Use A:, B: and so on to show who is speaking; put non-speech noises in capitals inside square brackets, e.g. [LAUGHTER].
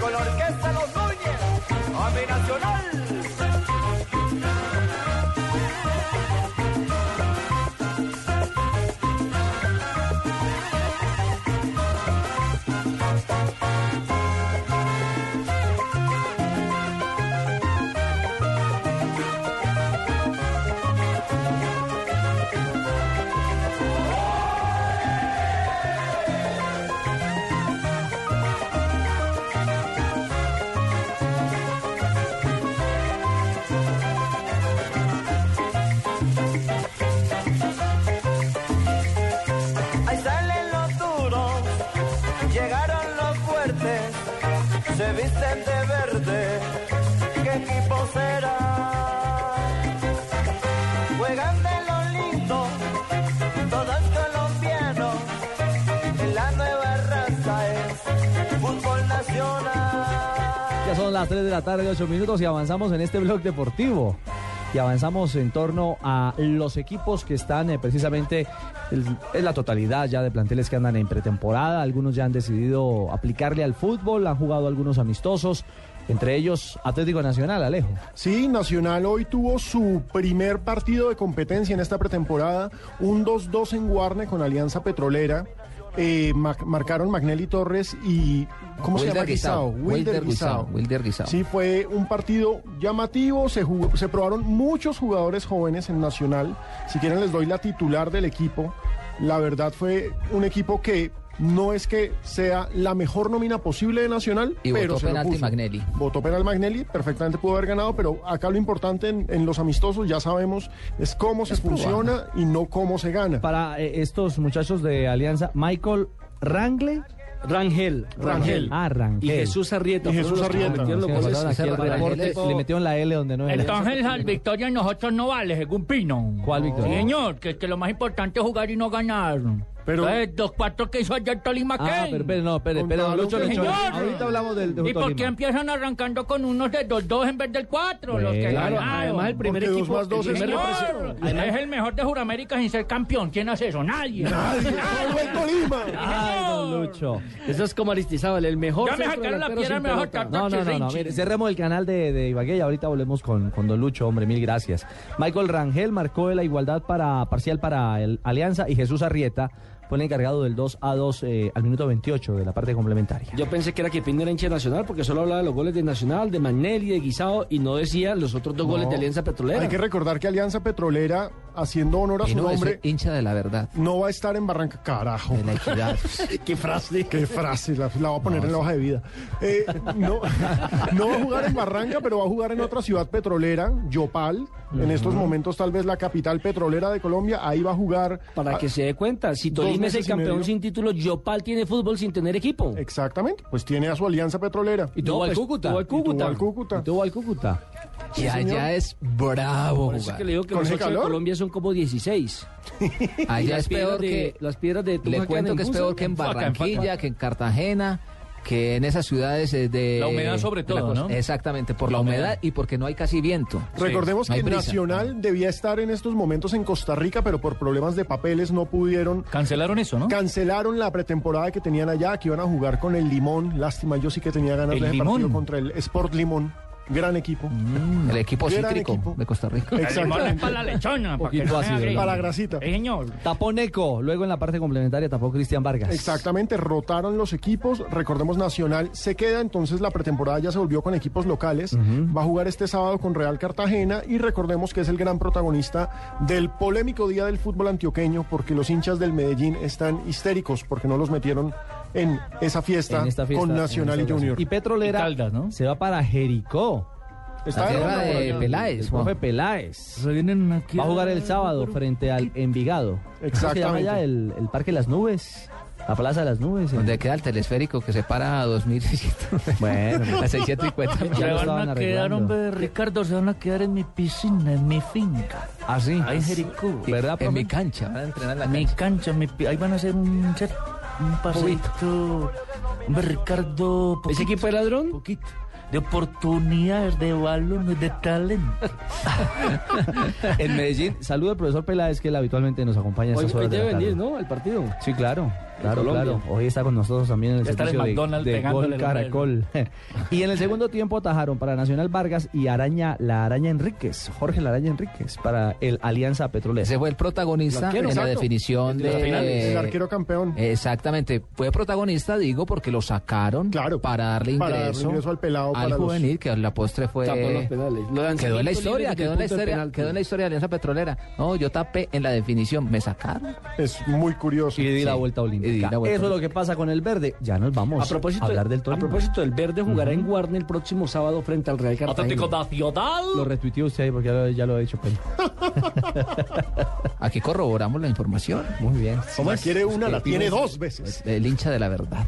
A: con la orquesta Los Núñez, a mi nacional. Ahí salen los duros, llegaron los fuertes, se visten de verde, ¿qué equipo será? Juegan de lo lindo, todos colombianos, en la nueva raza es fútbol nacional.
B: Ya son las 3 de la tarde, 8 minutos y avanzamos en este blog deportivo. Y avanzamos en torno a los equipos que están eh, precisamente el- en la totalidad ya de planteles que andan en pretemporada. Algunos ya han decidido aplicarle al fútbol, han jugado algunos amistosos, entre ellos Atlético Nacional, Alejo.
C: Sí, Nacional hoy tuvo su primer partido de competencia en esta pretemporada, un 2-2 en Guarne con Alianza Petrolera. Eh, ma- marcaron Magnelli Torres y ¿cómo se
D: Wilder
C: llama?
D: Guisao, Wilder Guisao, Wilder Guisao.
C: Sí, fue un partido llamativo, se, jugó- se probaron muchos jugadores jóvenes en Nacional. Si quieren les doy la titular del equipo. La verdad fue un equipo que no es que sea la mejor nómina posible de Nacional,
D: Y
C: pero
D: votó
C: se lo
D: penalti
C: puso.
D: Magnelli.
C: Votó penal Magnelli, perfectamente pudo haber ganado, pero acá lo importante en, en los amistosos, ya sabemos, es cómo se funciona y no cómo se gana.
B: Para eh, estos muchachos de Alianza, Michael Rangle.
E: Rangel.
C: Rangel.
B: Ah, Rangel.
E: Y Jesús Arrieta.
C: Y Jesús
E: fueron los que
C: Arrieta.
E: metieron los
B: Sí,
E: goles
B: mandaron
E: aquí
B: aquí
E: al
B: al
E: Barranquilla.
B: reporte, le metieron la L donde no era.
F: Entonces las victorias nosotros no vale, según Pino.
B: ¿Cuál victoria?
F: Sí, Señor, que es que lo más importante es jugar y no ganar.
C: Pero-
F: Entonces, los cuatro que hizo ayer Tolima, ¿qué?
B: Ah, pero, pero no, pero, pero, don
C: Contaron
B: Lucho
C: que-
B: Lechón,
F: Señor.
B: ahorita hablamos del, del
F: ¿Y por
B: Tolima.
F: qué empiezan arrancando con unos de 2-2 en vez del 4? los
B: Bueno,
F: que
E: Claro,
F: ganaron.
E: además el primer
C: Porque dos
E: equipo.
C: más dos
E: el
C: es
E: primer
C: cuatro.
E: representante-
F: Señor, es el mejor de Juramérica sin ser campeón. ¿Quién hace eso? Nadie.
E: [LAUGHS]
C: Nadie, solo el Tolima.
E: Ah,
B: Ay, don Lucho.
E: Eso es como Aristizábal, el mejor.
F: Ya me
E: centro
F: sacaron la
E: delantero
F: piedra,
E: sin
F: me voy a
E: pelota.
F: sacar-
B: No, no, no, no.
F: Chirrinchi.
B: mire, cerremos el canal de, de Ibagué y ahorita volvemos con, con Don Lucho, hombre, mil gracias. Michael Rangel marcó la igualdad para parcial para el Alianza y Jesús Arrieta fue el encargado del 2 a 2 eh, al minuto 28 de la parte complementaria.
E: Yo pensé que era que Pino era hincha de Nacional porque solo hablaba de los goles de Nacional, de Magnelli, de Guisado y no decía los otros dos goles de Alianza Petrolera.
C: Hay que recordar que Alianza Petrolera, haciendo honor a su
D: Pino es
C: nombre,
D: hincha de la verdad,
C: no va a estar en Barranca. Carajo.
D: de la
B: [LAUGHS]
D: equidad.
C: [LAUGHS] Qué frase. Qué frase, la, la voy a poner en la hoja de vida. Eh, no, [LAUGHS] no va a jugar en Barranca, pero va a jugar en otra ciudad petrolera, Yopal. En estos momentos, tal vez la capital petrolera de Colombia. Ahí va a jugar.
E: Para
C: Ah,
E: que se dé cuenta, si
C: dos
E: Tolima es el
C: meses y medio.
E: campeón sin título, Yopal tiene fútbol sin tener equipo.
C: Exactamente, pues tiene a su alianza petrolera.
E: Y tuvo
B: No,
E: al
B: pues,
E: Cúcuta.
B: tuvo al
E: Y tuvo
C: Tuvo
E: al
C: al Cúcuta.
B: Y tuvo al Cúcuta.
D: Y allá es bravo
E: Por eso es
D: jugar.
E: que le digo que
C: ¿Con
E: los
C: ese
E: ocho de
C: calor?
E: Colombia son como 16. Y
D: Allá
E: las
D: es
E: piedras
D: peor
E: de-
D: que...
E: las piedras de Tunja
D: Le
E: quedan
D: cuento que es
E: Busa.
D: peor que en
F: Faca, en
D: Barranquilla, que en Cartagena, que en esas ciudades eh, de...
F: La humedad sobre
D: de la
F: todo,
D: costa.
F: ¿no?
D: Exactamente, por la humedad y porque no hay casi viento.
C: Recordemos
D: no hay
C: que
D: brisa.
C: Nacional debía estar en estos momentos en Costa Rica, pero por problemas de papeles no pudieron.
F: Cancelaron eso, ¿no?
C: Cancelaron la pretemporada que tenían allá, que iban a jugar con el Limón. Lástima, yo sí que tenía ganas
F: ¿El
C: de ese
F: Limón?
C: partido contra el Sport Limón. Gran equipo.
B: Mm.
D: El equipo
C: Gran
D: cítrico
C: equipo.
D: de Costa Rica.
F: El limón es
C: Exactamente.
F: para la lechona. para que
B: Poquito
F: no
B: ácido,
F: sea gris.
B: la
C: Para grasita.
F: Sí, señor.
B: Tapó Neco, luego en la parte complementaria tapó Cristian Vargas.
C: Exactamente, rotaron los equipos. Recordemos, Nacional se queda, entonces la pretemporada ya se volvió con equipos locales. Va a jugar este sábado con Real Cartagena y recordemos que es el gran protagonista del polémico día del fútbol antioqueño porque los hinchas del Medellín están histéricos porque no los metieron en esa fiesta,
B: En esta fiesta,
C: con Nacional
B: en
C: y
B: esta ocasión.
C: Junior.
B: Y Petrolera
F: Y Caldas, ¿no?
B: se va para Jericó.
C: Está
D: La
C: de
D: tierra
C: ronda por
D: de
C: allá.
D: Peláez. Juan.
B: Profe Peláez.
G: Se vienen aquí
B: Va a jugar el
G: a-
B: sábado
G: pero-
B: frente al Envigado. ¿Cómo se llama
C: Exactamente.
B: ya el, el Parque de las Nubes? La Plaza de las Nubes. el-
D: Donde queda el telesférico que se para a [LAUGHS] 2.600.
B: Bueno,
D: a 650.
B: Ya
G: Se
B: lo
G: van
B: estaban
G: a quedar,
B: arreglando.
G: hombre, Ricardo, se van a quedar en mi piscina, en mi finca.
B: Ah,
D: Así.
G: Ahí en Jericó.
D: ¿Verdad,
B: profe?
D: En mi cancha. Van a entrenar en la
G: Mi
D: cancha.
G: cancha, mi pi- ahí van a hacer un set, un paseito. Hombre, Ricardo,
E: ¿Ese
G: poquito,
E: equipo de ladrón?
G: poquito. De oportunidades, de balones, de talento.
B: en Medellín, saludo al profesor Peláez, que él habitualmente nos acompaña a
E: Hoy,
B: estas
E: hoy
B: horas de la
E: debe
B: tarde.
E: venir, ¿no? Al partido.
B: Sí, claro, claro,
E: Colombia.
B: claro. Hoy está con nosotros también en el
G: Ya está en
B: servicio de-
G: McDonald's
B: de,
G: pegándole
B: Gol
G: el
B: Caracol. [LAUGHS] y en el segundo tiempo atajaron para Nacional Vargas y Araña, la Araña Enríquez, Jorge la Araña Enríquez, para el Alianza Petrolera.
D: Ese fue el protagonista
C: Arquero,
D: en la
C: exacto.
D: definición
E: Entre
D: de...
E: los finales,
C: El arquero campeón.
E: eh,
D: Exactamente, fue protagonista, digo, porque lo sacaron
C: Claro,
D: para darle ingreso,
C: para darle ingreso al pelado,
D: al
C: para los-
D: juvenil, que a la postre fue...
E: Tapó los penales. Lo de
D: Quedó en la
E: Angelito
D: historia,
E: Libre
D: quedó en la
E: desde el punto de
D: historia,
E: penalti.
D: quedó en la historia de Alianza Petrolera. No, yo tapé en la definición, me sacaron.
C: Es muy curioso.
B: Y di la
D: Sí.
B: vuelta olímpica.
D: Y di la vuelta
B: Eso es lo que pasa con el verde. Ya nos vamos
E: A propósito,
B: a hablar del Tolima.
E: a propósito, el verde jugará en Guarne el próximo sábado frente al Real Cartagena.
F: Atlético Nacional.
B: Lo retuiteó usted ahí porque ya lo, ya lo ha dicho. Pedro.
D: Aquí corroboramos la información.
B: [LAUGHS] Muy bien.
C: Si la quiere una, la tiene dos veces.
D: El hincha de la verdad.